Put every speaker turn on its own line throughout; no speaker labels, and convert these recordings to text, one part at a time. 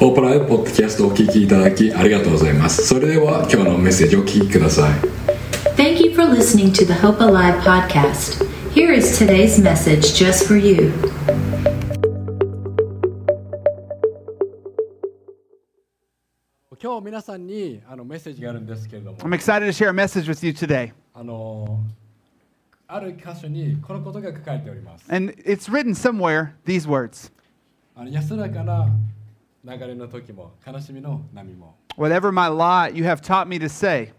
オーパライブポッドキャストをお聞きいただきありがとうございますそれでは今日のメッセージをお聞きください
Thank you for listening to the Hope Alive podcast. Here is today's message just for you.
今日皆さんにあのメッセージがあるんですけれども
I'm excited to share a message with you today.
あのある箇所にこのことが書かれております
And it's written somewhere these words
あの安らかな流れの時も悲しみの波も
Whatever my lot, you have taught me to say,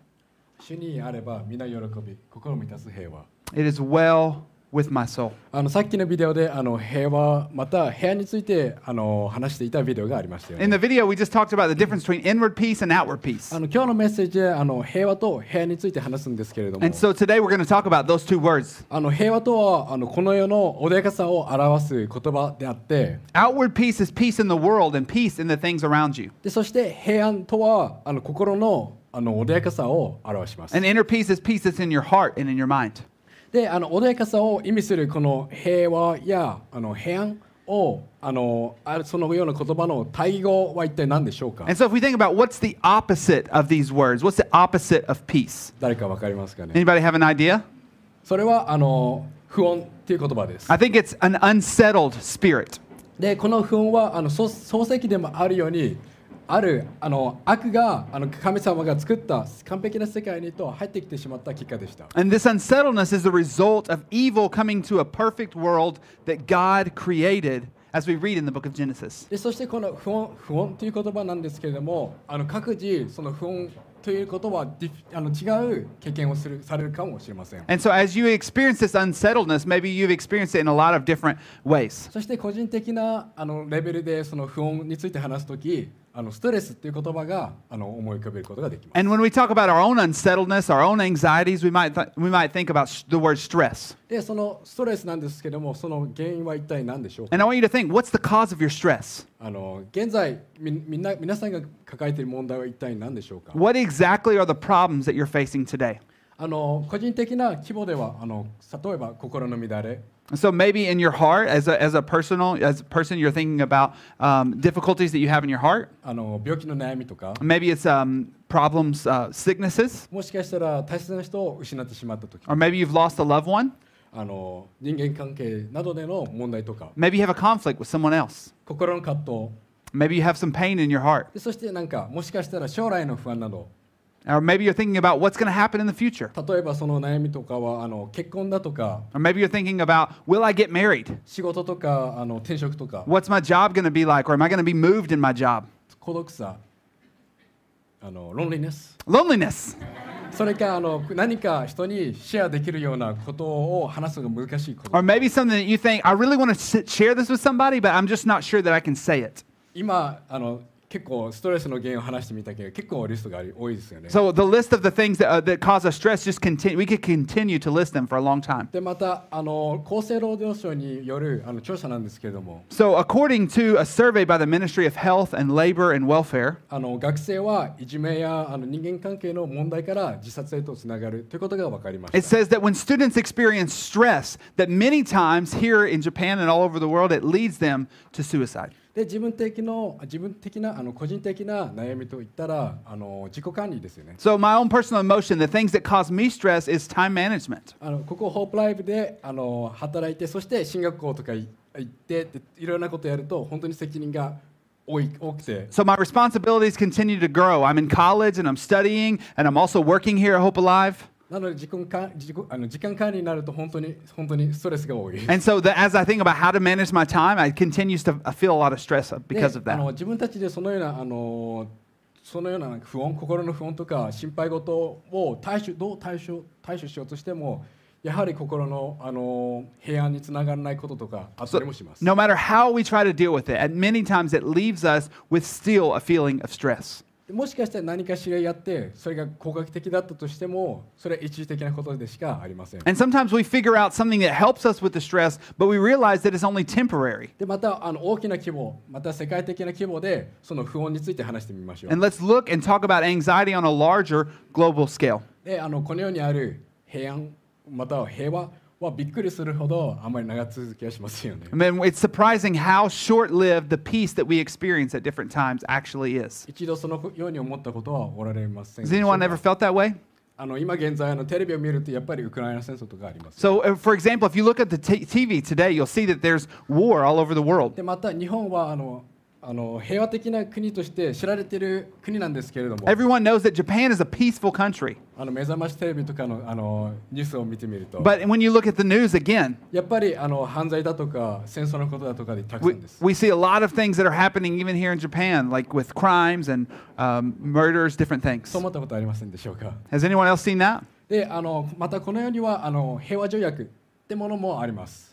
主にあれば皆喜び心満たす平和
It is well with my soul.
あのさっきのビデオであの平和また平和についてあの話していたビデオがありましたよ、
In
ね、
the video, we just talked about the difference between inward peace and outward peace.
あの今日のメッセージであの平和と平和について話すんですけれども
And so today, we're going to talk about those two words.
あの平和とはあのこの世の穏やかさを表す言葉であって
Outward peace is peace in the world and peace in the things around you.
でそして平安とはあの心のあの穏やかさを表します。
And inner peace is peace that's in your heart and in your mind.
であの穏やかさを意味するこの平和やあの平安をあのあそのような言葉の対語は一体何でしょうか
And so, if we think about what's the opposite of these words, what's the opposite of peace?
誰かわかりますかね
Anybody have an idea?
それはあの不穏っていう言葉です
I。think it's an unsettled spirit.
でこの不穏はあのそ漱石でもあるようにあるあの悪があの神様が作った完璧な世界にと入ってきてしまった結果でした。
And this unsettledness is the result of evil coming to a perfect world that God created, as we read in the book of Genesis.
でそしてこの不穏不穏という言葉なんですけれどもあの各自その不穏ということはディフあの違う経験をするされるかもしれません
And so, as you experience this unsettledness, maybe you've experienced it in a lot of different ways.
そして個人的なあのレベルでその不穏について話すときあのストレスという言葉があの思い浮かべることができます
And when we talk about our own unsettledness, our own anxieties, we might, th- we might think about sh- the word stress.
でそのストレスなんですけれどもその原因は一体何でしょうか
And I want you to think what's the cause of your stress?
あの現在みみんな皆さんが抱えている問題は一体何でしょうか
What exactly are the problems that you're facing today?
あの個人的な規模ではあの例えば心の乱れ
And So maybe in your heart, as a, as a personal as a person, you're thinking about um, difficulties that you have in your heart.
あの病気の悩みとか
Maybe it's um, problems, uh, sicknesses,
もしかしたら大切な人を失ってしまった時
or maybe you've lost a loved one.
あの人間関係などでの問題とか
Maybe you have a conflict with someone else.
心の葛藤
Maybe you have some pain in your heart.
でそしてなんかもしかしたら将来の不安など
Or maybe you're thinking about what's going to happen in the future.
例えばその悩みとかはあの結婚だとか
Or maybe you're thinking about, will I get married?
仕事とかあの転職とか
What's my job going to be like? Or am I going to be moved in my job?
孤独さあのロンリネス
Loneliness.
それかあの何か人にシェアできるようなことを話すのが難しいこと
Or maybe something that you think, I really want to share this with somebody, but I'm just not sure that I can say it.
今あの結構ストレスの原因を話してみたけど結構リストがあり多いですよね
So the list of the things that, uh, that cause us stress just continue. We could continue to list them for a long time.
でまたあの厚生労働省によるあの調査なんですけれども
So according to a survey by the Ministry of Health and Labor and Welfare,
あの学生はいじめやあの人間関係の問題から自殺へとつながるということが分かりま
it
した
says that when students experience stress, that many times here in Japan and all over the world, it leads them to suicide.
で自分的の自分的なあの個人的な悩みといったらあの自己管理ですよね
So my own personal emotion, the things that cause me stress is time management.
あのここホープライブであの働いてそして進学校とかい行ってでいろんなことやると本当に責任が多い多くて
So my responsibilities continue to grow. I'm in college and I'm studying and I'm also working here at Hope Alive.
なので自己管自己あの時間管理になると本当に本当にストレスが多い
And so that as I think about how to manage my time, I continues to I feel a lot of stress because
で
of
あの
that.
自分たちでそのようなあのそのような不穏心の不穏とか心配事を対処どう対処対処しようとしてもやはり心のあの平安につながらないこととかあったりもします。
No matter how we try to deal with it, at many times it leaves us with still a feeling of stress.
でもしかしたら何かしらやってそれが効果的だったとしてもそれは一時的なことでしかありません。
And sometimes we figure out something that helps us with the stress, but we realize that it's only temporary.
でまたあの大きな規模また世界的な規模でその不穏について話してみましょう
And。let's look and talk about anxiety on a larger global scale.
であのこの世にある平安または平和はびっくりするほどあまり長続きはしませんよね
I。mean, it's surprising how short lived the peace that we experience at different times actually is.
一度そのように思ったことはおられませんで
Has
しょう
anyone
か
ever felt that way?
あの今現在あのテレビを見るとやっぱりウクライナ戦争とかあります。
So, uh, for example, if you look at the t- TV today, you'll see that there's war all over the world.
でまた日本はあのあの平和的な国として知られている国なんですけれども、
Everyone knows that Japan is a peaceful country.
あの目覚ましテレビとかのあのニュースを見てみると、
But when you look at the news again,
やっぱりあの犯罪だとか戦争のことだとかでたく
we,
さんです。
we see a lot of things that are happening even here in Japan, like with crimes and um, murders, different things.
そう思ったことありませんでしょうか
Has anyone else seen that?
であのまたこの世にはあの平和条約ってものもあります。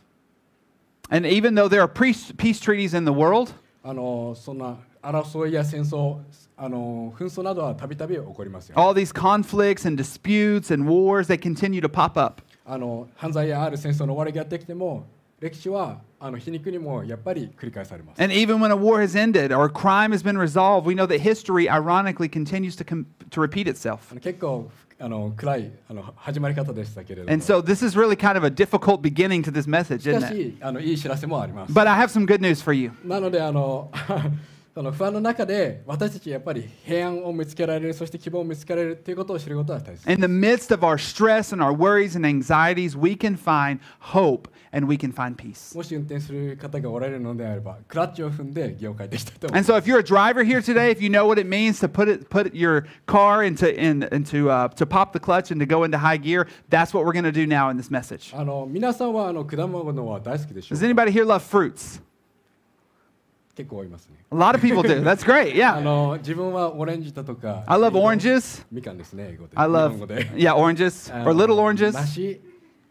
And even though there are pre- peace treaties in the world,
あのそんな争いや戦争あの紛争などはたびたび起こりますよ。
all these conflicts and disputes and wars, they continue to pop up.
あの犯罪やある戦争の終わりがやってきても歴史はあの皮肉にもやっぱり繰り返されます。
And even when a war has ended or a crime has been resolved, we know that history ironically continues to, com- to repeat itself.
あの結構あの暗いあの始まり方でしたけれども
And。so this is really kind of a difficult beginning to this message,
しか
isn't
し
it?
あのいい知らせもあります。
But I have some good news for you.
なのであの その不安の中で私たちやっぱり平安を見つけられるそして希望を見つけられるということを知ることは大切です
In the midst of our stress and our worries and anxieties, we can find hope and we can find peace.
もし運転する方がおられるのであればクラッチを踏んで業界でしたいと思いま
And
す
so, if you're a driver here today, if you know what it means to put it, put your car into in, into uh, to pop the clutch and to go into high gear, that's what we're going to do now in this message.
あの皆さんはあの果物は大好きでしょう
Does
か
anybody here love fruits?
結構いますね
A lot of people do. That's great.
あ
Yeah,
の自分はオレンジだとか
I love
リンゴ
oranges.
みかんですね英語で
I
日本語
love
で
yeah oranges
あの
or little oranges,
梨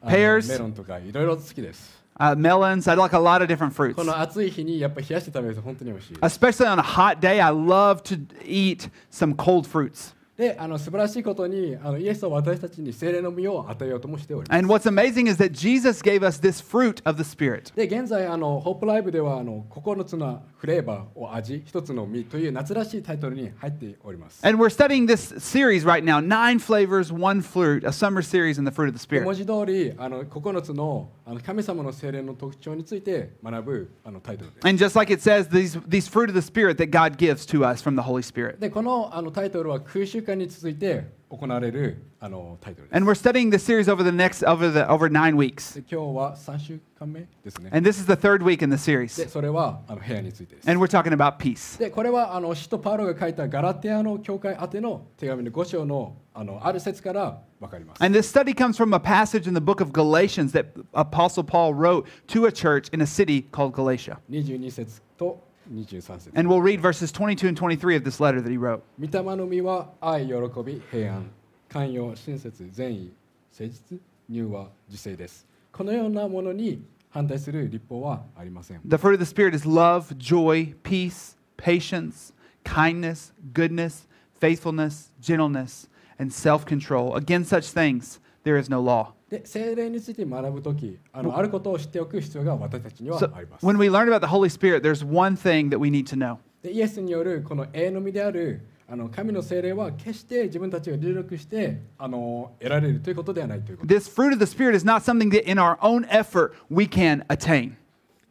あの
pears
メロンとかいろいろ好きです
uh, melons. I like a lot of different fruits.
この暑い日にやっぱ冷やして食べると本当に美味しい
Especially on a hot day, I love to eat some cold fruits.
であの素晴らしいことにあのイエスは私たちに精霊の実を与えようともしております
And what's amazing is that Jesus gave us this fruit of the Spirit.
で現在あのホープライブではあの9つのフレーバーを味一つの実という夏らしいタイトルに入っております
And we're studying this series right now Nine Flavors, One Fruit, a summer series in the fruit of the
で文
Spirit.
字通りあの9つのあの神様の精霊の特徴について学ぶあのタイトルです
And just like it says, these, these fruit of the Spirit that God gives to us from the Holy Spirit.
でこのあのタイトルは空週間に続いて行われるあのタイトルです
And we're studying this series over the next, over, the, over nine weeks.
で今日は3週間目ですね
And this is the third week in the
で
series.
それはあの部屋についてです
And we're talking about peace.
でこれはあの使徒パウロが書いたガラテアの教会宛ての手紙の5章のあのある説から分かります。
And this study comes from a passage in the book of Galatians that Apostle Paul wrote to a church in a city called Galatia.
22節と23節
And we'll read verses 22 and 23 of this letter that he wrote.
御霊の実は愛、喜び、平安、寛容、親切、善意、誠実、乳和、自制です。このようなものに反対する立法はありません。
The fruit of the Spirit is love, joy, peace, patience, kindness, goodness, faithfulness, gentleness, and self control. Against such things, there is no law.
で、聖霊について学ぶとき、あのあることを知っておく必要が私たちには
So,
あります。
when we learn about the Holy Spirit, there's one thing that we need to know.
でイエスによるこの永遠の実であるあの神の聖霊は決して自分たちが留力してあの得られるということではないということ
This fruit of the Spirit is not something that in our own effort we can attain.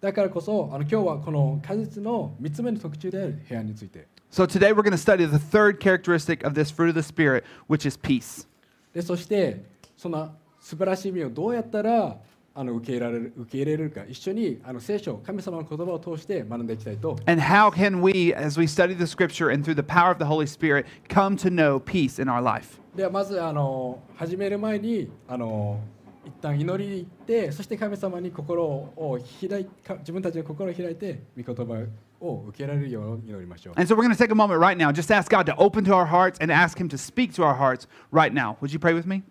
だからこそあの今日はこの果実の3つ目の特徴である部屋について
So today we're going to study the third characteristic of this fruit of the Spirit, which is peace.
でそしてその素晴らしい意味をどうやったらあの受け入れられる受け入れられるか一緒にあの聖書神様の言葉を通して学んでいきたいと
And how can we, as we study the scripture and through the power of the Holy Spirit, come to know peace in our life?
ではまずあの始める前にあの一旦祈りに行ってそして神様に心を開いか自分たちの心を開いて御言葉を受けられるように祈りましょう
And so we're going to take a moment right now. Just ask God to open to our hearts and ask Him to speak to our hearts right now. Would you pray with me?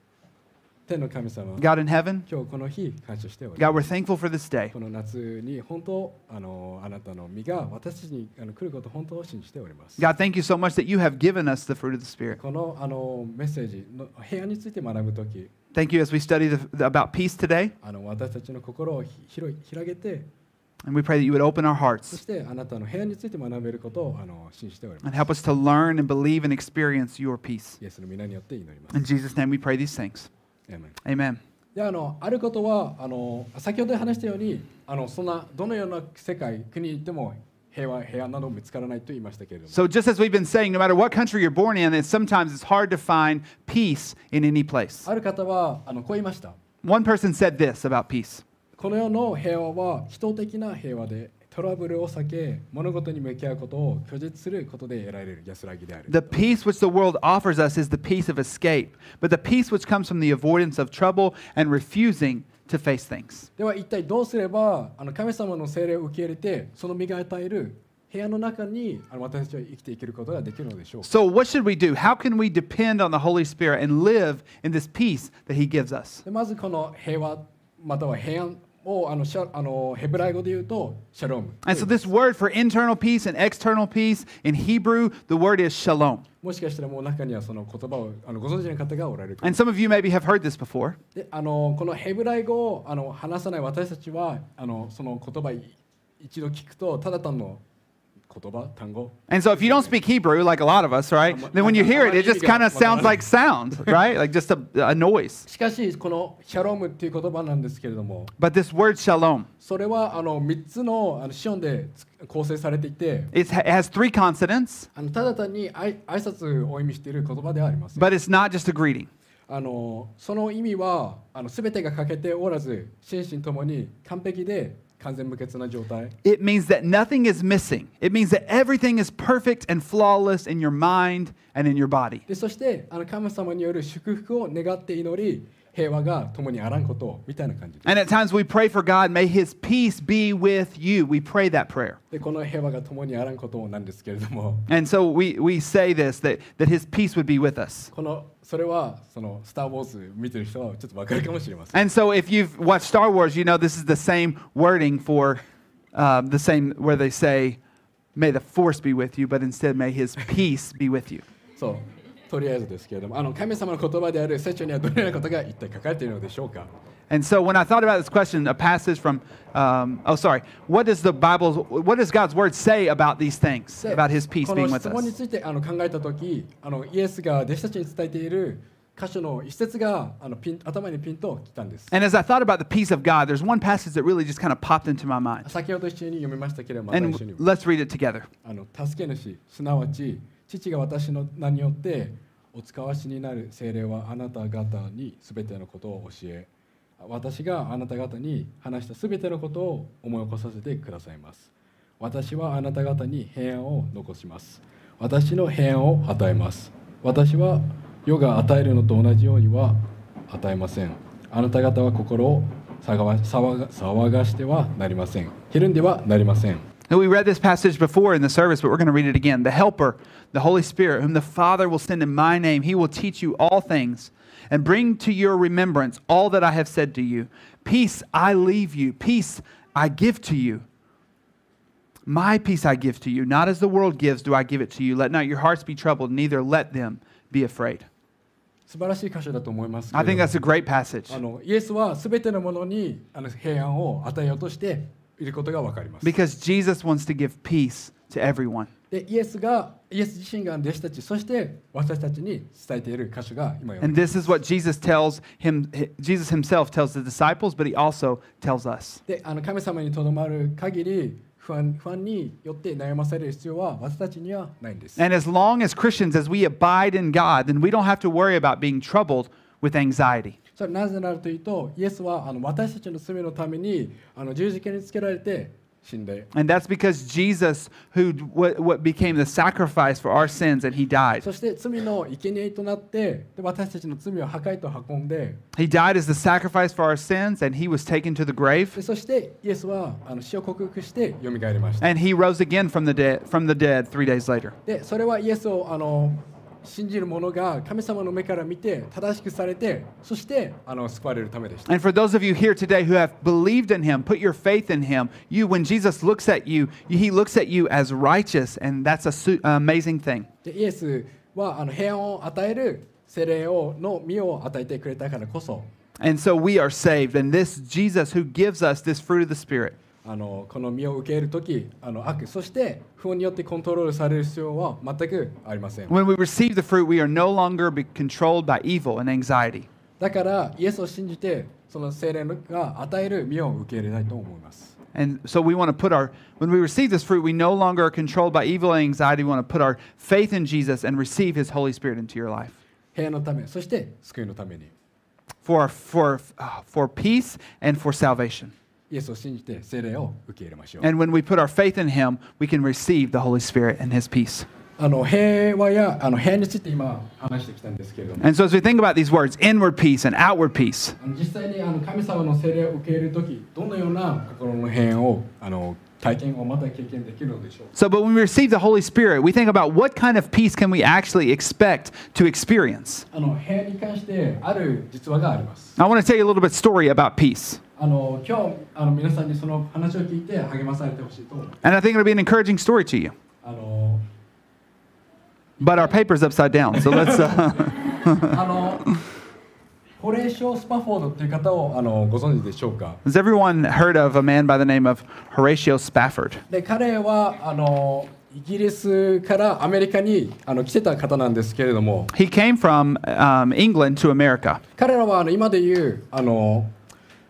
天の神様
God in heaven,
今日この日感謝しておりま
God, we're thankful for this day.
すこの夏に本当あのあなたの身が私たちにあの来ることを本当を信じております
God, thank you so much that you have given us the fruit of the Spirit.
このあのメッセージの部屋について学ぶとき
Thank you as we study the, the- about peace today.
あの私たちの心をひ広い広げて
And we pray that you would open our
そ
hearts
してあなたの部屋について学べることをあの信じておりま
and
す
help us to learn and believe and experience your peace.
イエスの皆によって祈ります
In Jesus' name we pray these things.
Amen.
Amen.
であのあることはあの先ほど話したようにあのそんなどのような世界国に行っても平和平安など見つからないと言いましたけれども
So, just as we've been saying, no matter what country you're born in, it's sometimes it's hard to find peace in any place.
ある方はあのこう言いました
One person said this about peace
この世の平和は人的な平和でトラブルを避け物事に向き合うことを拒絶することで得られる安らぎである
The peace which the world offers us is the peace of escape, but the peace which comes from the avoidance of trouble and refusing to face things.
では一体どうすればあの神様の精霊を受け入れてその身が与える部屋の中にあの私たちは生きていけることができるのでしょうか
So, what should we do? How can we depend on the Holy Spirit and live in this peace that He gives us?
でまずこの平和または平安をあのシャあのヘブライ語で言うとシャローム
And so, this word for internal peace and external peace in Hebrew, the word is shalom.
もしかしたらもう中にはその言葉をあのご存知の方がおられるかも
And some of you maybe have heard this before.
であのこのヘブライ語をあの話さない私たちはあのその言葉い一度聞くとただ単の言葉単語
And so, if you don't speak Hebrew, like a lot of us, right, then when you hear it, it just kind of sounds like sound, right? Like just a, a noise.
しかしこのシャロームっていう言葉なんですけれども
But this word shalom,
それはあの3つのあの子音でつ構成されていて
it's, it has three consonants,
あのただ単にあい挨拶を意味している言葉ではありません
but it's not just a greeting.
あのその意味はあの全てが欠けておらず心身ともに完璧で完全無欠な状態
It means that nothing is missing. It means that everything is perfect and flawless in your mind and in your body.
でそしてあの神様による祝福を願って祈り平和が共にあらんことをみたいな感じで
And at times we pray for God, may his peace be with you. We pray that prayer.
でこの平和が共にあらんことをなんですけれども
And so we, we say this that, that his peace would be with us.
このそれはその「スター・ウォーズ」見てる人はちょっとわかるかもしれません
And so if you've watched Star Wars, you know this is the same wording for uh, the same where they say, may the force be with you, but instead may his peace be with you.
そうとりあえずですけれどもあの神様の言葉である聖書にはどのようなことが一体書かれているのでしょうか
And so when I thought about this question, a passage from, um, oh, sorry, what does the Bible, what does God's word say about these things,
で
about his peace
こ
being
の
with
質問に
us?
ついてあの考えた時あのイエスが弟子たちに伝えている箇所の一節があのピン頭にピンときたんです
And as I thought about the peace of God, there's one passage that really just kind of popped into my mind.
先ほど一緒に読みましたけれどもまた一緒に
And let's read it together.
あの助け主すなわち父が私の名によってお使わしになる精霊はあなた方にすべてのことを教え私があなた方に話したすべてのことを思い起こさせてくださいます私はあなた方に平安を残します私の平安を与えます私は世が与えるのと同じようには与えませんあなた方は心を騒が騒が騒がしてはなりませんひるんではなりません
And we read this passage before in the service, but we're going to read it again. The Helper, the Holy Spirit, whom the Father will send in my name, he will teach you all things and bring to your remembrance all that I have said to you. Peace I leave you, peace I give to you. My peace I give to you. Not as the world gives, do I give it to you. Let not your hearts be troubled, neither let them be afraid.
素晴らしい箇所だと思いますけ
I
れ
think
ども
that's a great passage
あのイエスはすべてのものにあの平安を与えようとしていることがわかります。
because Jesus wants to give peace to everyone.
でイエスがイエス自身が弟子たちそして私たちに伝えている箇所が今読
And
む
this is what Jesus tells him Jesus himself tells the disciples, but he also tells us.
であの神様にとどまる限り不安不安によって悩まされる必要は私たちにはないんです。
And as long as Christians as we abide in God, then we don't have to worry about being troubled with anxiety.
それなぜならというとイエスはあの私たちの罪のためにあの十字架につけられて死んで
And that's because Jesus who what, what became the sacrifice for our sins and he died.
そして罪の生贄となってで私たちの罪を破壊と運んで
He died as the sacrifice for our sins and he was taken to the
で
grave
そしてイエスはあの死を克服して蘇りました。
and he rose again from the dead from the dead 3 days later.
でそれはイエスをあの信じる者が神様の目から見て正しくされてそしてあの救われるためでした。
And for those of you here today who have believed in him, put your faith in him, you, when Jesus looks at you, he looks at you as righteous, and that's a su- amazing thing.
でイエスはあの平安を与える精霊をの身を与えてくれたからこそ
And so we are saved, and this Jesus who gives us this fruit of the Spirit,
あのこの身を受け入れる時あの悪そして不安によってコントロールされる必要は全くありません。
when we receive the fruit, we are no longer be controlled by evil and anxiety.
だからイエスを信じてその精霊が与える身を受け入れたいと思います。
And so we want to put our, when we receive this fruit, we no longer are controlled by evil and anxiety. We want to put our faith in Jesus and receive his Holy Spirit into your life.
平安のため、そして救いのために、
For, our, for, uh, for peace and for salvation.
イエスを信じて精霊を受け入れましょう。
And when we put our faith in him, we can receive the Holy Spirit and his peace.
あの平和やあの平安について今話してきたんですけれども、
And so as we think about these words, inward peace and outward peace,
あの実際にあの神様の精霊を受け入れるとき、どのような心の平安をあの体験をまた経験できるのでしょうか
So, but when we receive the Holy Spirit, we think about what kind of peace can we actually expect to experience.
あの平安に関してある実話があります。
I want to tell you a little bit story about peace,
あの今日あの皆さんにその話を聞いて励まされてほしいと思う。
and I think it'll be an encouraging story to you.
あの
But our paper's upside down, so let's. Uh,
あのホレーショー・スパフォードという方をあのご存知でしょうか
has everyone heard of a man by the name of Horatio Spafford?
で彼はあのイギリスからアメリカにあの来てた方なんですけれども
He came from um, England to America.
彼らはあの今で言うあの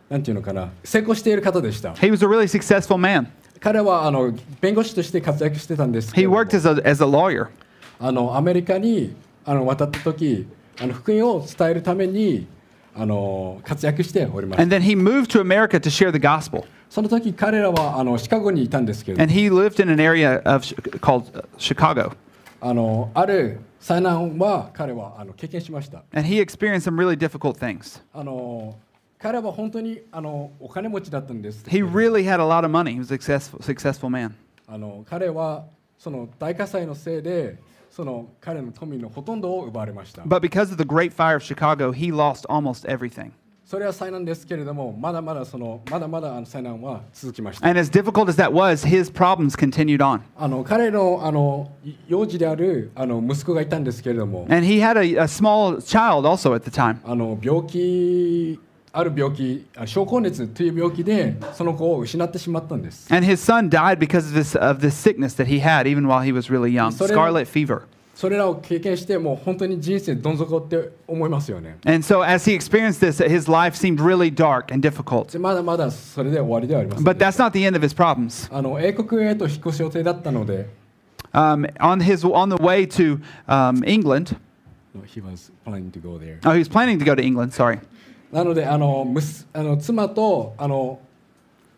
なんていうのかな成功している方でした
He was a really successful man.
彼はあの弁護士として活躍してたんですけ
He
れども
worked as a, as a lawyer,
あのアメリカにあの渡った時あの福音を伝えるためにあの活躍しておりま
and
す
then he moved to America to share the gospel.
その時彼らはあのシカゴにいたんですけれども
And he lived in an area of Chi- called uh, Chicago.
あのある災難は彼はあの経験しました。
And he experienced some really difficult things.
あの彼は本当にあのお金持ちだったんです。
He really had a lot of money. He was a successful, successful man.
あの彼はその大火災のせいでその彼の富のほとんどを奪われました。
But because of the Great Fire of Chicago, he lost almost everything.
それは災難ですけれどもまだまだそのまだまだあの災難は続きました。
And as difficult as that was, his problems continued on.
あの彼のあのい幼児であるあの息子がいたんですけれども
And he had a, a small child also at the time.
あの病気ある病気あ症候熱という病気でその子を失ってしまったんです。
And his son died because of this, of this sickness that he had, even while he was really young
So then-
scarlet fever.
それらを経験してもう本当に人生どん底って思いますよね
And so, as he experienced this, his life seemed really dark and difficult.
でまだまだそれで終わりではありません
But that's not the end of his problems.
あの英国へと引っ越す予定だったので
Um, on, his, on the way to um, England,
No, he was planning to go there.
oh, he was planning to go to England, sorry.
なのであのむすあの妻とあの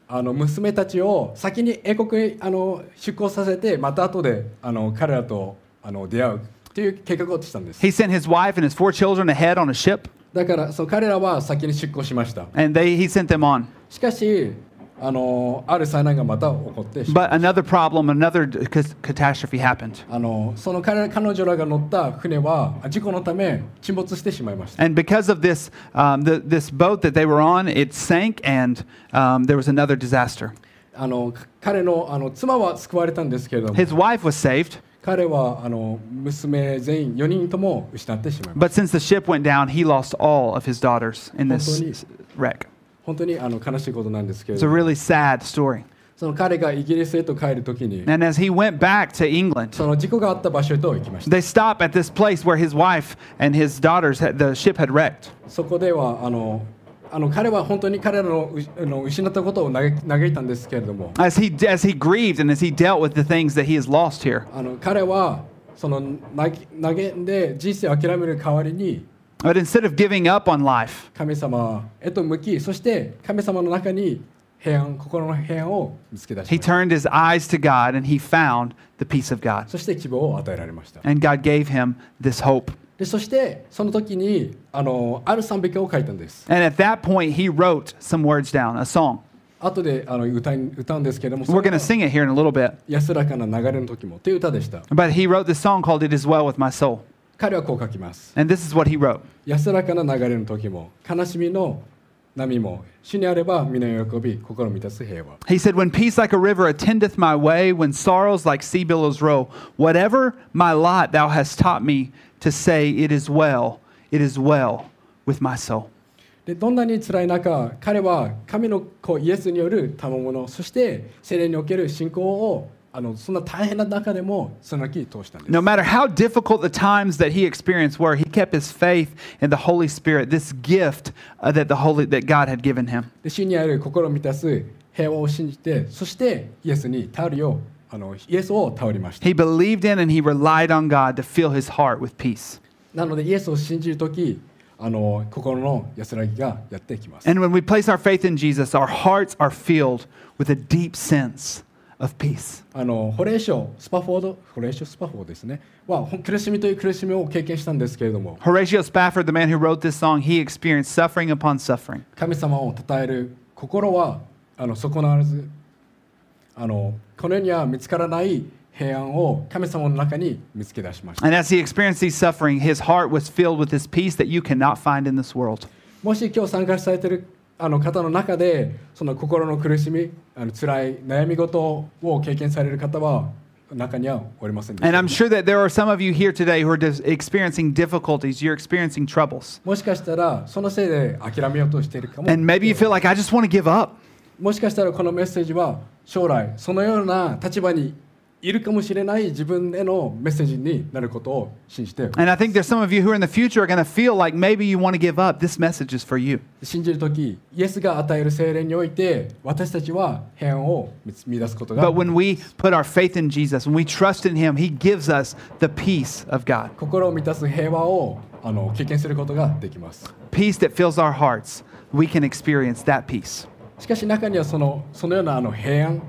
あの娘たちを先に英国へあの出航させてまた後であの彼らとあの出会うという計画をしたんです
He sent his wife and his four children ahead on a ship,
だからそう彼らは先に出航しました
and they, he sent them on.
しかしあのある災難がまた起こってしまう
But another problem, another d- cas- catastrophe happened.
あのその彼ら彼女らが乗った船はあ事故のため沈没してしまいました
And because of this, um, the, this boat that they were on, it sank, and um, there was another disaster.
あのか彼のあの妻は救われたんですけれども
His wife was saved,
彼はあの娘全員4人とも失ってしまいまし
but since the ship went down, he lost all of his daughters in this
Anthony.
s- wreck.
た本当にあの悲しいことなんですけれ
It's a
ども
really sad story.
その彼がイギリスへと帰るときに
And as he went back to England,
その事故があった場所へと行きました
they stopped at this place where his wife and his daughters, had, the ship had wrecked.
そこではあのあの彼は本当に彼らのうあの失ったことを嘆き嘆いたんですけれども
As he, as he grieved and as he dealt with the things that he has lost here,
あの彼はその嘆き嘆んで人生を諦める代わりに
but instead of giving up on life,
神様へと向きそして神様の中に平安心の平安を見つけ出し
he
ました
turned his eyes to God and he found the peace of God.
そして希望を与えられました
And God gave him this hope.
でそしてその時にあのある賛美歌を書いたんです
And at that point, he wrote some words down, a song.
後であの歌い歌うんですけれども
We're
そ
going
れ
to
が
sing it here in a little bit.
安らかな流れの時もという歌でした
But he wrote this song called It Is Well With My Soul.
彼はこう書きます
And this is what he wrote
安らかな流れの時も悲しみの波も主にあれば皆喜び心満たす平和
He said, When peace like a river attendeth my way, when sorrows like sea billows roll, whatever my lot thou hast taught me to say, It is well, it is well with my soul.
でどんなに辛い中彼は神の子イエスによる賜物そして精霊における信仰をあのそんな大変な中でもその時通したんです
No matter how difficult the times that he experienced were, he kept his faith in the Holy Spirit, this gift uh, that, the Holy, that God had given him.
で主にある心を満たす平和を信じてそしてイエスに頼りをあのイエスを頼りました
He believed in and he relied on God to fill his heart with peace.
なのでイエスを信じる時あの心の安らぎがやってきます
And when we place our faith in Jesus, our hearts are filled with a deep sense of peace.
あのホレーショスパフォードホレーショスパフォードですねはほん苦しみという苦しみを経験したんですけれども
Horatio Spafford, the man who wrote this song, he experienced suffering upon suffering.
神様を称える心はあの損なわずあのこの世には見つからない平安を神様の中に見つけ出しました
And as he experienced these suffering, his heart was filled with this peace that you cannot find in this world.
もし今日参加されているあの方の中でその心の苦しみあの辛い悩み事を経験される方は中にはおりませんでし
And
た
I'm sure that there are some of you here today who are dis- experiencing difficulties, you're experiencing troubles.
もしかしたらそのせいで諦めようとしているかも
And maybe you feel like, I just want to give up.
もしかしたらこのメッセージは将来そのような立場にいるかもしれない自分へのメッセージになることを信じて
And I think there's some of you who are in the future are going to feel like maybe you want to give up. This message is for you.
信じる時イエスが与える精霊において私たちは平安を見つ見出すことが
But when we put our faith in Jesus, when we trust in Him, He gives us the peace of God,
心を満たす平和をあの経験することができます
peace that fills our hearts. We can experience that peace.
しかし中にはそのそのようなあの平安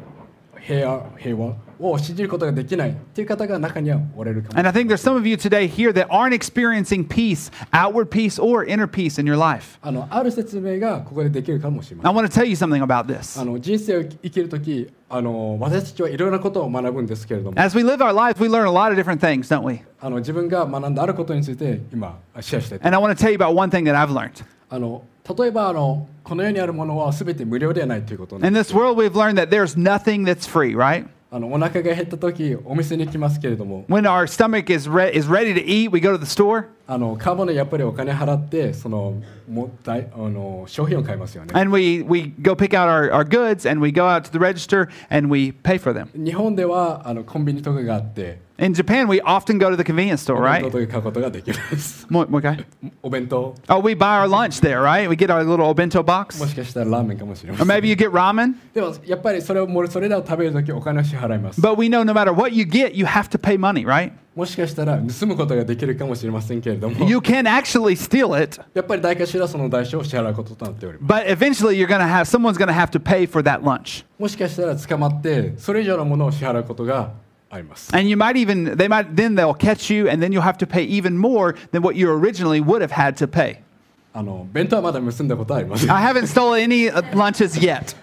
平和平和を信じることができないっていう方が中にはおられるかも
And I think there's some of you today here that aren't experiencing peace, outward peace or inner peace in your life.
あのある説明がここでできるかもしれません
I want to tell you something about this.
あの人生を生きるときあの私たちはいろいろなことを学ぶんですけれども
As we live our life, we learn a lot of different things, don't we?
あの自分が学んだあることについて今シェアしたいと
And I want to tell you about one thing that I've learned.
あの例えばあのこの世にあるものは全て無料ではないということね
In this world, we've learned that there's nothing that's free, right?
あのお腹が減ったときお店に行きますけれども
When our stomach is, re- is ready to eat, we go to the store
あの買うものやっぱりお金払ってそのもだいあの商品を買いますよね
and we, we go pick out our, our goods and we go out to the register and we pay for them.
日本ではあのコンビニとかがあって
In Japan, we often go to the convenience store,
お弁当
right?
とか買うことができます
Mo- Okay.
お弁当
Oh, we buy our lunch there, right? We get our little bento box.
もしかしたらラーメンかもしれませ
Or
ん
maybe you get ramen.
でもやっぱりそれをもうそれらを食べるときお金を支払います
But we know no matter what you get, you have to pay money, right?
もしかしたら盗むことができるかもしれませんけれども、
You can actually steal it,
やっぱり代価しらその代償を支払うこととなっております。
but eventually you're going to have someone's going to have to pay for that lunch.
もしかしたら捕まって、それ以上のものを支払うことがあります。
And you might even they might then they'll catch you and then you'll have to pay even more than what you originally would have had to pay.
あの弁当はまだ盗んだことはありません。
I haven't stolen any uh, lunches yet.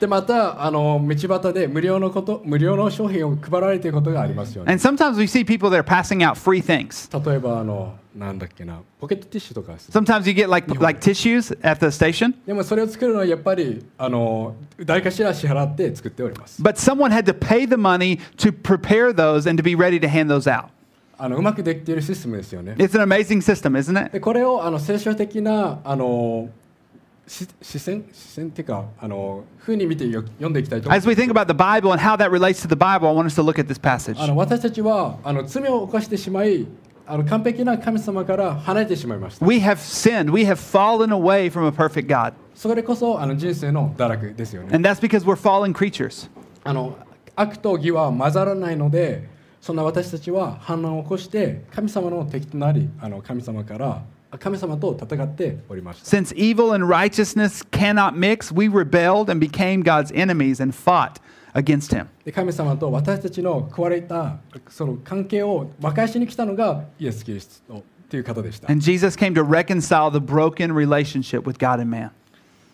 で、またあの道端で無料のこと、無料の商品を配られていることがありますよね。
And sometimes we see people that are passing out free things.
例えばあの、なんだっけな、ポケットティッシュとかです。
Sometimes you get like like tissues at the station,
でもそれを作るのはやっぱりあの代価しら支払って作っております。
but someone had to pay the money to prepare those and to be ready to hand those out.
あのうまくできているシステムですよね。
It's an amazing system, isn't it?
でこれをあの聖書的なあのし視線視線っていうかあの風に見てよ読んでいきたいと思い
As
ます
we think about the Bible and how that relates to the Bible, I want us to look at this passage.
あの私たちはあの罪を犯してしまいあの完璧な神様から離れてしまいました。
We have sinned. We have fallen away from a perfect God.
それこそあの人生の堕落ですよね。
And that's because we're fallen creatures.
あの悪と義は混ざらないのでそんな私たちは反乱を起こして神様の敵となりあの神様から神様と戦っておりました。
Since evil and righteousness cannot mix, we rebelled and became God's enemies and fought against him.
で神様と私たちの壊れたその関係を和解しに来たのがイエス・キリストという方でした。
And Jesus came to reconcile the broken relationship with God and man.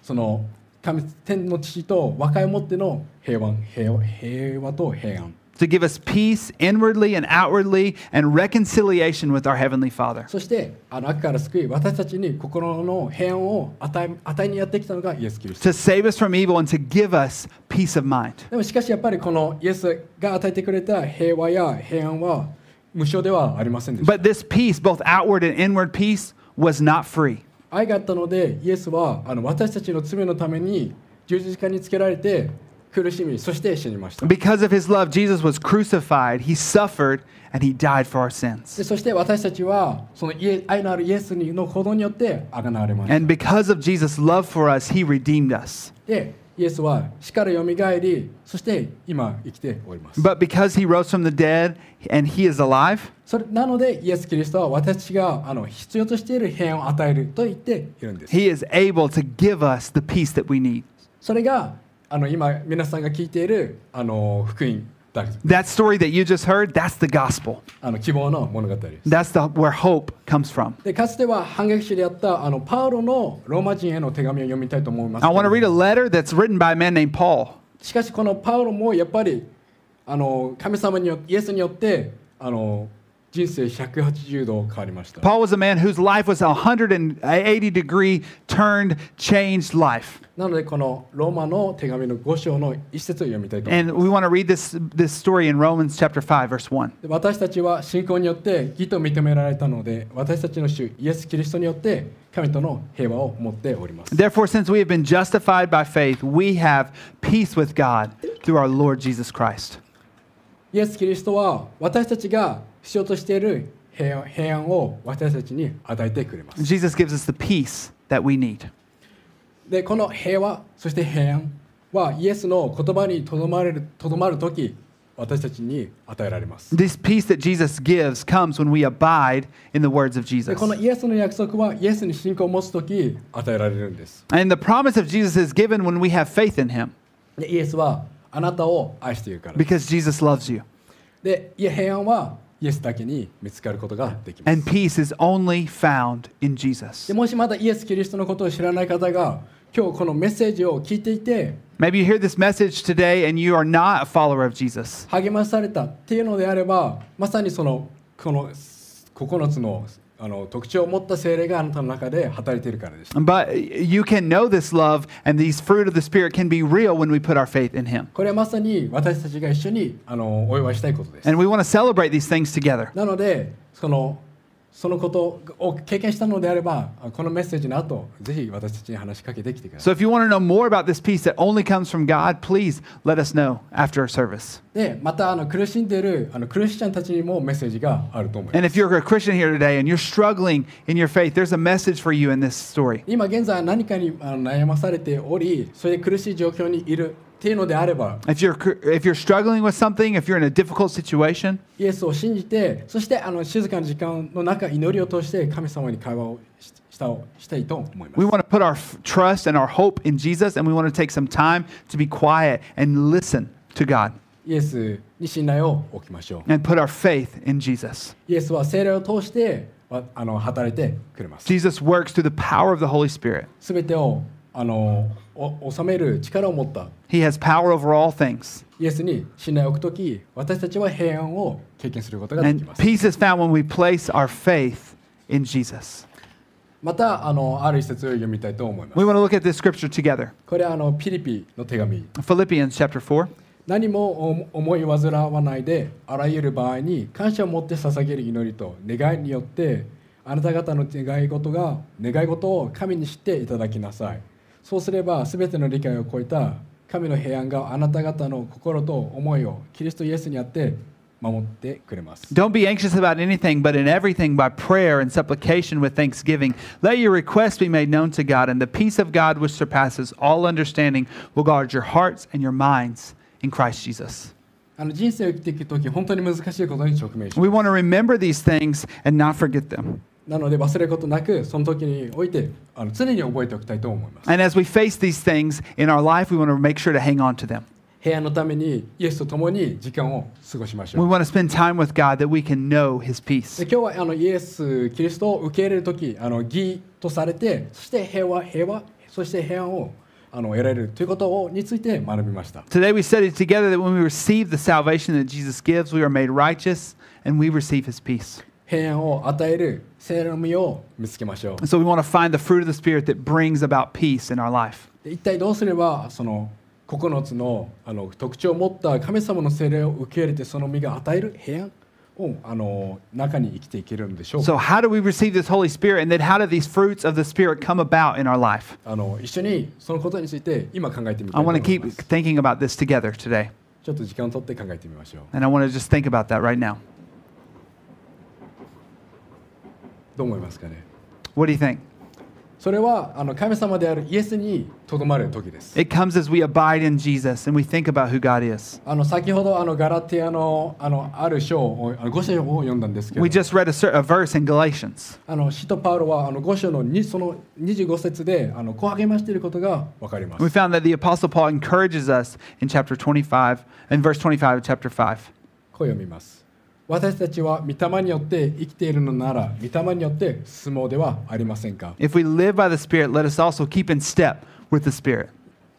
その神天の父と和解をもっての平和平和平和と平安
To give us peace inwardly and outwardly and reconciliation with our Heavenly Father.
そしてあの悪から救い私たちに心の平安を与え与えにやってきたのがイエス・キリスト。
To save us from evil and to give us peace of mind.
でもしかしやっぱりこのイエスが与えてくれた平和や平安は無償ではありませんでした。
But this peace, both outward and inward peace, was not free.
愛があったのでイエスはあの私たちの罪のために十字架につけられて苦しみそして死にました
Because of his love, Jesus was crucified, he suffered, and he died for our sins.
でそして私たちはそのイエ愛のあるイエスの行動によってあがなわれました
And because of Jesus' love for us, he redeemed us.
でイエスは死からよみがえりそして今生きております
But because he rose from the dead and he is alive,
それなのでイエス・キリストは私があの必要としている平安を与えると言っているんです
he is able to give us the peace that we need.
それがあの今皆さんが聞いているあの福音だ
That story that you just heard, that's the gospel.
あの希望の物語です
That's the, where hope comes from.
でかつては反撃師であったあのパウロのローマ人への手紙を読みたいと思いますけ
I
れど
want to read a letter that's written by a man named Paul.
しかしこのパウロもやっぱりあの神様によイエスによってあの人生180度変わりました
Paul was a man whose life was a 180 degree turned, changed life.
なのでこのローマの手紙の5章の一節を読みたいと思います
And we want to read this, this story in Romans chapter 5, verse 1.
で私たちは信仰によって義と認められたので私たちの主イエス・キリストによって神との平和を持っております
Therefore, since we have been justified by faith, we have peace with God through our Lord Jesus Christ.
イエス・キリストは私たちが必要としている平安平安を私たちに与えてくれます
Jesus gives us the peace that we need.
でこの平和そして平安はイエスの言葉にとどまれるとどまる時私たちに与えられます
This peace that Jesus gives comes when we abide in the words of
で
Jesus.
このイエスの約束はイエスに信仰を持つ時与えられるんです
And the promise of Jesus is given when we have faith in him
でイエスはあなたを愛しているからです
because Jesus loves you.
でいや平安はイエスだけに見つかることができます
And peace is only found in Jesus.
でもしまだイエス・キリストのことを知らない方が今日このメッセージを聞いていて
Maybe you hear this message today and you are not a follower of Jesus.
励まされたっていうのであればまさにそのこの9つのあの特徴を持った精霊があなたの中で働いているからです
But you can know this love and these fruit of the Spirit can be real when we put our faith in him.
これはまさに私たちが一緒にあのお祝いしたいことです
And we want to celebrate these things together.
なのでそのそのことを経験したのであればこのメッセージの後ぜひ私たちに話しかけてきてください
So if you want to know more about this peace that only comes from God, please let us know after our service.
でまたあの苦しんでいるあのクリスチャンたちにもメッセージがあると思います
And if you're a Christian here today and you're struggling in your faith, there's a message for you in this story.
今現在何かにあの悩まされておりそれで苦しい状況にいるっていうのであれば
If you're if you're struggling with something, if you're in a difficult situation,
イエスを信じてそしてあの静かな時間の中祈りを通して神様に会話をししたをしたいと思いま
we
す
want to put our f- trust and our hope in Jesus and we want to take some time to be quiet and listen to God
イエスに信頼を置きましょ
and put our faith in Jesus.
うイエスは聖霊を通してわあの働いてくれます
Jesus works through the power of the Holy Spirit.
すべてをあのお収める力を持った
He has power over all things.
イエスに信頼を置くとき私たちは平安を経験することができま
And
す
peace is found when we place our faith in Jesus.
またあのある一節を読みたいと思います
We want to look at this scripture together.
これはあのピリピの手紙
Philippians chapter 4.
何も思い煩わないであらゆる場合に感謝を持って捧げる祈りと願いによってあなた方の願い事が願い事を神に知っていただきなさいそうすれば全ての理解を超えた神の平安があなた方の心と思いをキリストイエスにあって守ってくれます
Don't be anxious about anything, but in everything by prayer and supplication with thanksgiving. Let your requests be made known to God, and the peace of God, which surpasses all understanding, will guard your hearts and your minds in Christ Jesus.
あの人生を生きていく時本当に難しいことに直面します
We want to remember these things and not forget them.
なので忘れることなくその時においてあの常に覚えておきたいと思います
And as we face these things in our life, we want to make sure to hang on to them.
平安のためにイエスと共に時間を過ごしましょう
We want to spend time with God that we can know His peace.
で今日はあのイエス・キリストを受け入れる時あの義とされてそして平和平和そして平安をあの得られるということをについて学びました
Today, we studied together that when we receive the salvation that Jesus gives, we are made righteous and we receive His peace.
平安を与える聖霊の実を見つけましょう
And so we want to find the fruit of the Spirit that brings about peace in our life.
で一体どうすればその9つのあの特徴を持った神様の聖霊を受け入れてその実が与える平安をあの中に生きていけるんでしょうか
So, how do we receive this Holy Spirit? And then, how do these fruits of the Spirit come about in our life?
あの一緒にそのことについて今考えてみた
I
いと思
want to
い
keep
ます。
thinking about this together today.
ちょっと時間を取って考えてみましょう。
And I want to just think about that right now.
どう思いますかね
What do you think?
それはあの神様であるイエスにとどまる時です。
It comes as we abide in Jesus and we think about who God is.
あの先ほどあのガラティアのあのある章をあの5章を読んだんですけ
We
ど
just read a, cer- a verse in Galatians.
あの使徒パウロはあの5章のにその25節であのこう励ましていることが分かりま
We
す。
found that the Apostle Paul encourages us in chapter 25, in verse 25 of chapter 5.
こう読みます。私たちは御霊によって生きているのなら御霊によって進もうではありませんか
If we live by the Spirit, let us also keep in step with the Spirit.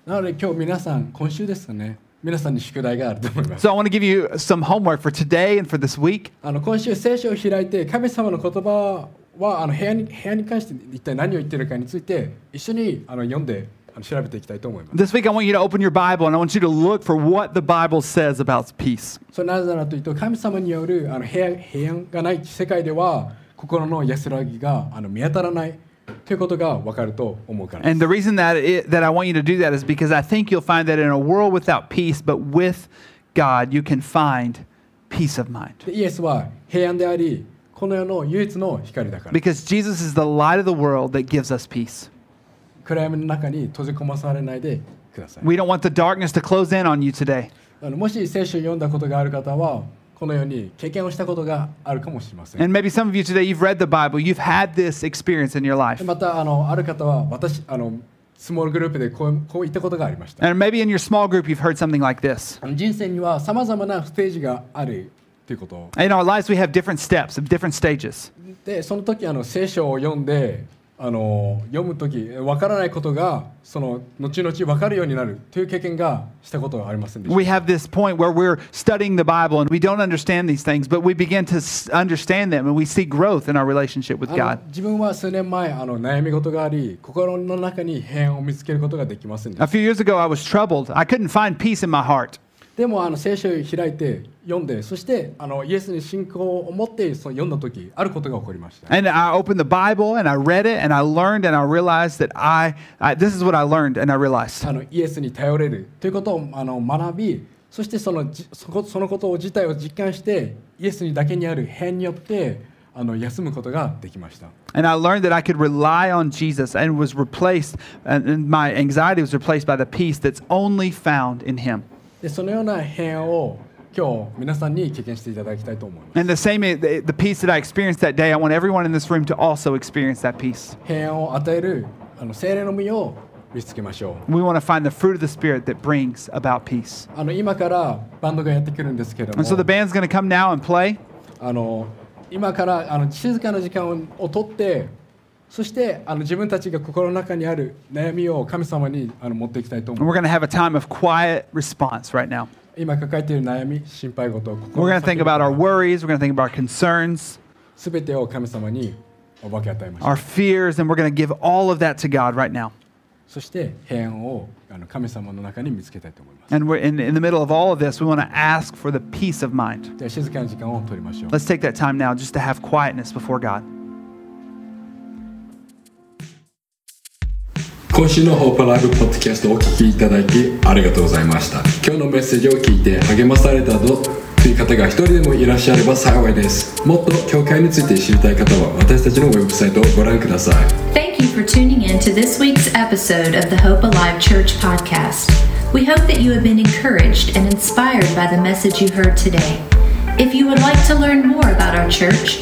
なので今日皆さん今週ですかね皆さんに宿題があると思います
So I want to give you some homework for today and for this week.
あの今週聖書を開いて神様の言葉はあの部屋に部屋に関して一体何を言ってるかについて一緒にあの読んであの調べていきたいと思います
This week, I want you to open your Bible and I want you to look for what the Bible says about peace.
それなぜならというと神様によるあの平安平安がない世界では心の安らぎがあの見当たらないということが分かると思うからです
And the reason that, it, that I want you to do that is because I think you'll find that in a world without peace, but with God, you can find peace of mind.
でイエスは平安でありこの世の唯一の光だから
Because Jesus is the light of the world that gives us peace.
暗闇の中に閉じ込まされないでください
We don't want the darkness to close in on you today.
あのもし聖書を読んだことがある方はこのように経験をしたことがあるかもしれません
And maybe some of you today, you've read the Bible, you've had this experience in your life.
またあのある方は私あのスモールグループでこうこう言ったことがありました
And maybe in your small group, you've heard something like this.
あの人生にはさまざまなステージがあるということを
In our lives, we have different steps, different stages.
でその時あの聖書を読んであの読む時わからないことがその後々わかるようになるという経験がしたことはありませんでした
We have this point where we're studying the Bible and we don't understand these things, but we begin to s- understand them and we see growth in our relationship with
あ
God.
の自分は数年前あの悩み事があり心の中に平安を見つけることができませんでした
A few years ago, I was troubled. I couldn't find peace in my heart.
でもあの聖書を開いて読んでそしてあのイエスに信仰を持ってその読んだ時あることが起こりました
And I opened the Bible and I read it and I learned and I realized that I, I this is what I learned and I realized.
あのイエスに頼れるということをあの学びそしてそのじそこそのことを自体を実感してイエスにだけにある変によってあの休むことができました
And I learned that I could rely on Jesus and was replaced, and, and my anxiety was replaced by the peace that's only found in Him.
でそのような変を今日皆さんに経験していただきたいと思います
And the same, eh, the, the peace that I experienced that day, I want everyone in this room to also experience that peace.
平安を与えるあの精霊の実を見つけましょう
We want to find the fruit of the Spirit that brings about peace.
あの今からバンドがやってくるんですけども
And so the band's going to come now and play.
あの今からあの静かな時間をを取ってそしてあの自分たちが心の中にある悩みを神様にあの持っていきたいと
And
思う
we're going to have a time of quiet response right now.
今抱えている悩み心配事を
We're
心
going to think about our worries. We're going to think about our concerns,
すべてを神様にお化け与えましょう
our fears, and we're going to give all of that to God right now.
そして平安をあの神様の中に見つけたいと思います
And we're in, in the middle of all of this, we want to ask for the peace of mind.
じゃあ静かな時間を取りましょう
Let's take that time now just to have quietness before God.
今週のホープライブポッドキャストをお聞きいただきありがとうございました今日のメッセージを聞いて励まされたぞという方が一人でもいらっしゃれば幸いですもっと教会について知りたい方は私たちのウェブサイトをご覧ください
Thank you for tuning in to this week's episode of the Hope Alive Church podcast. We hope that you have been encouraged and inspired by the message you heard today. If you would like to learn more about our church,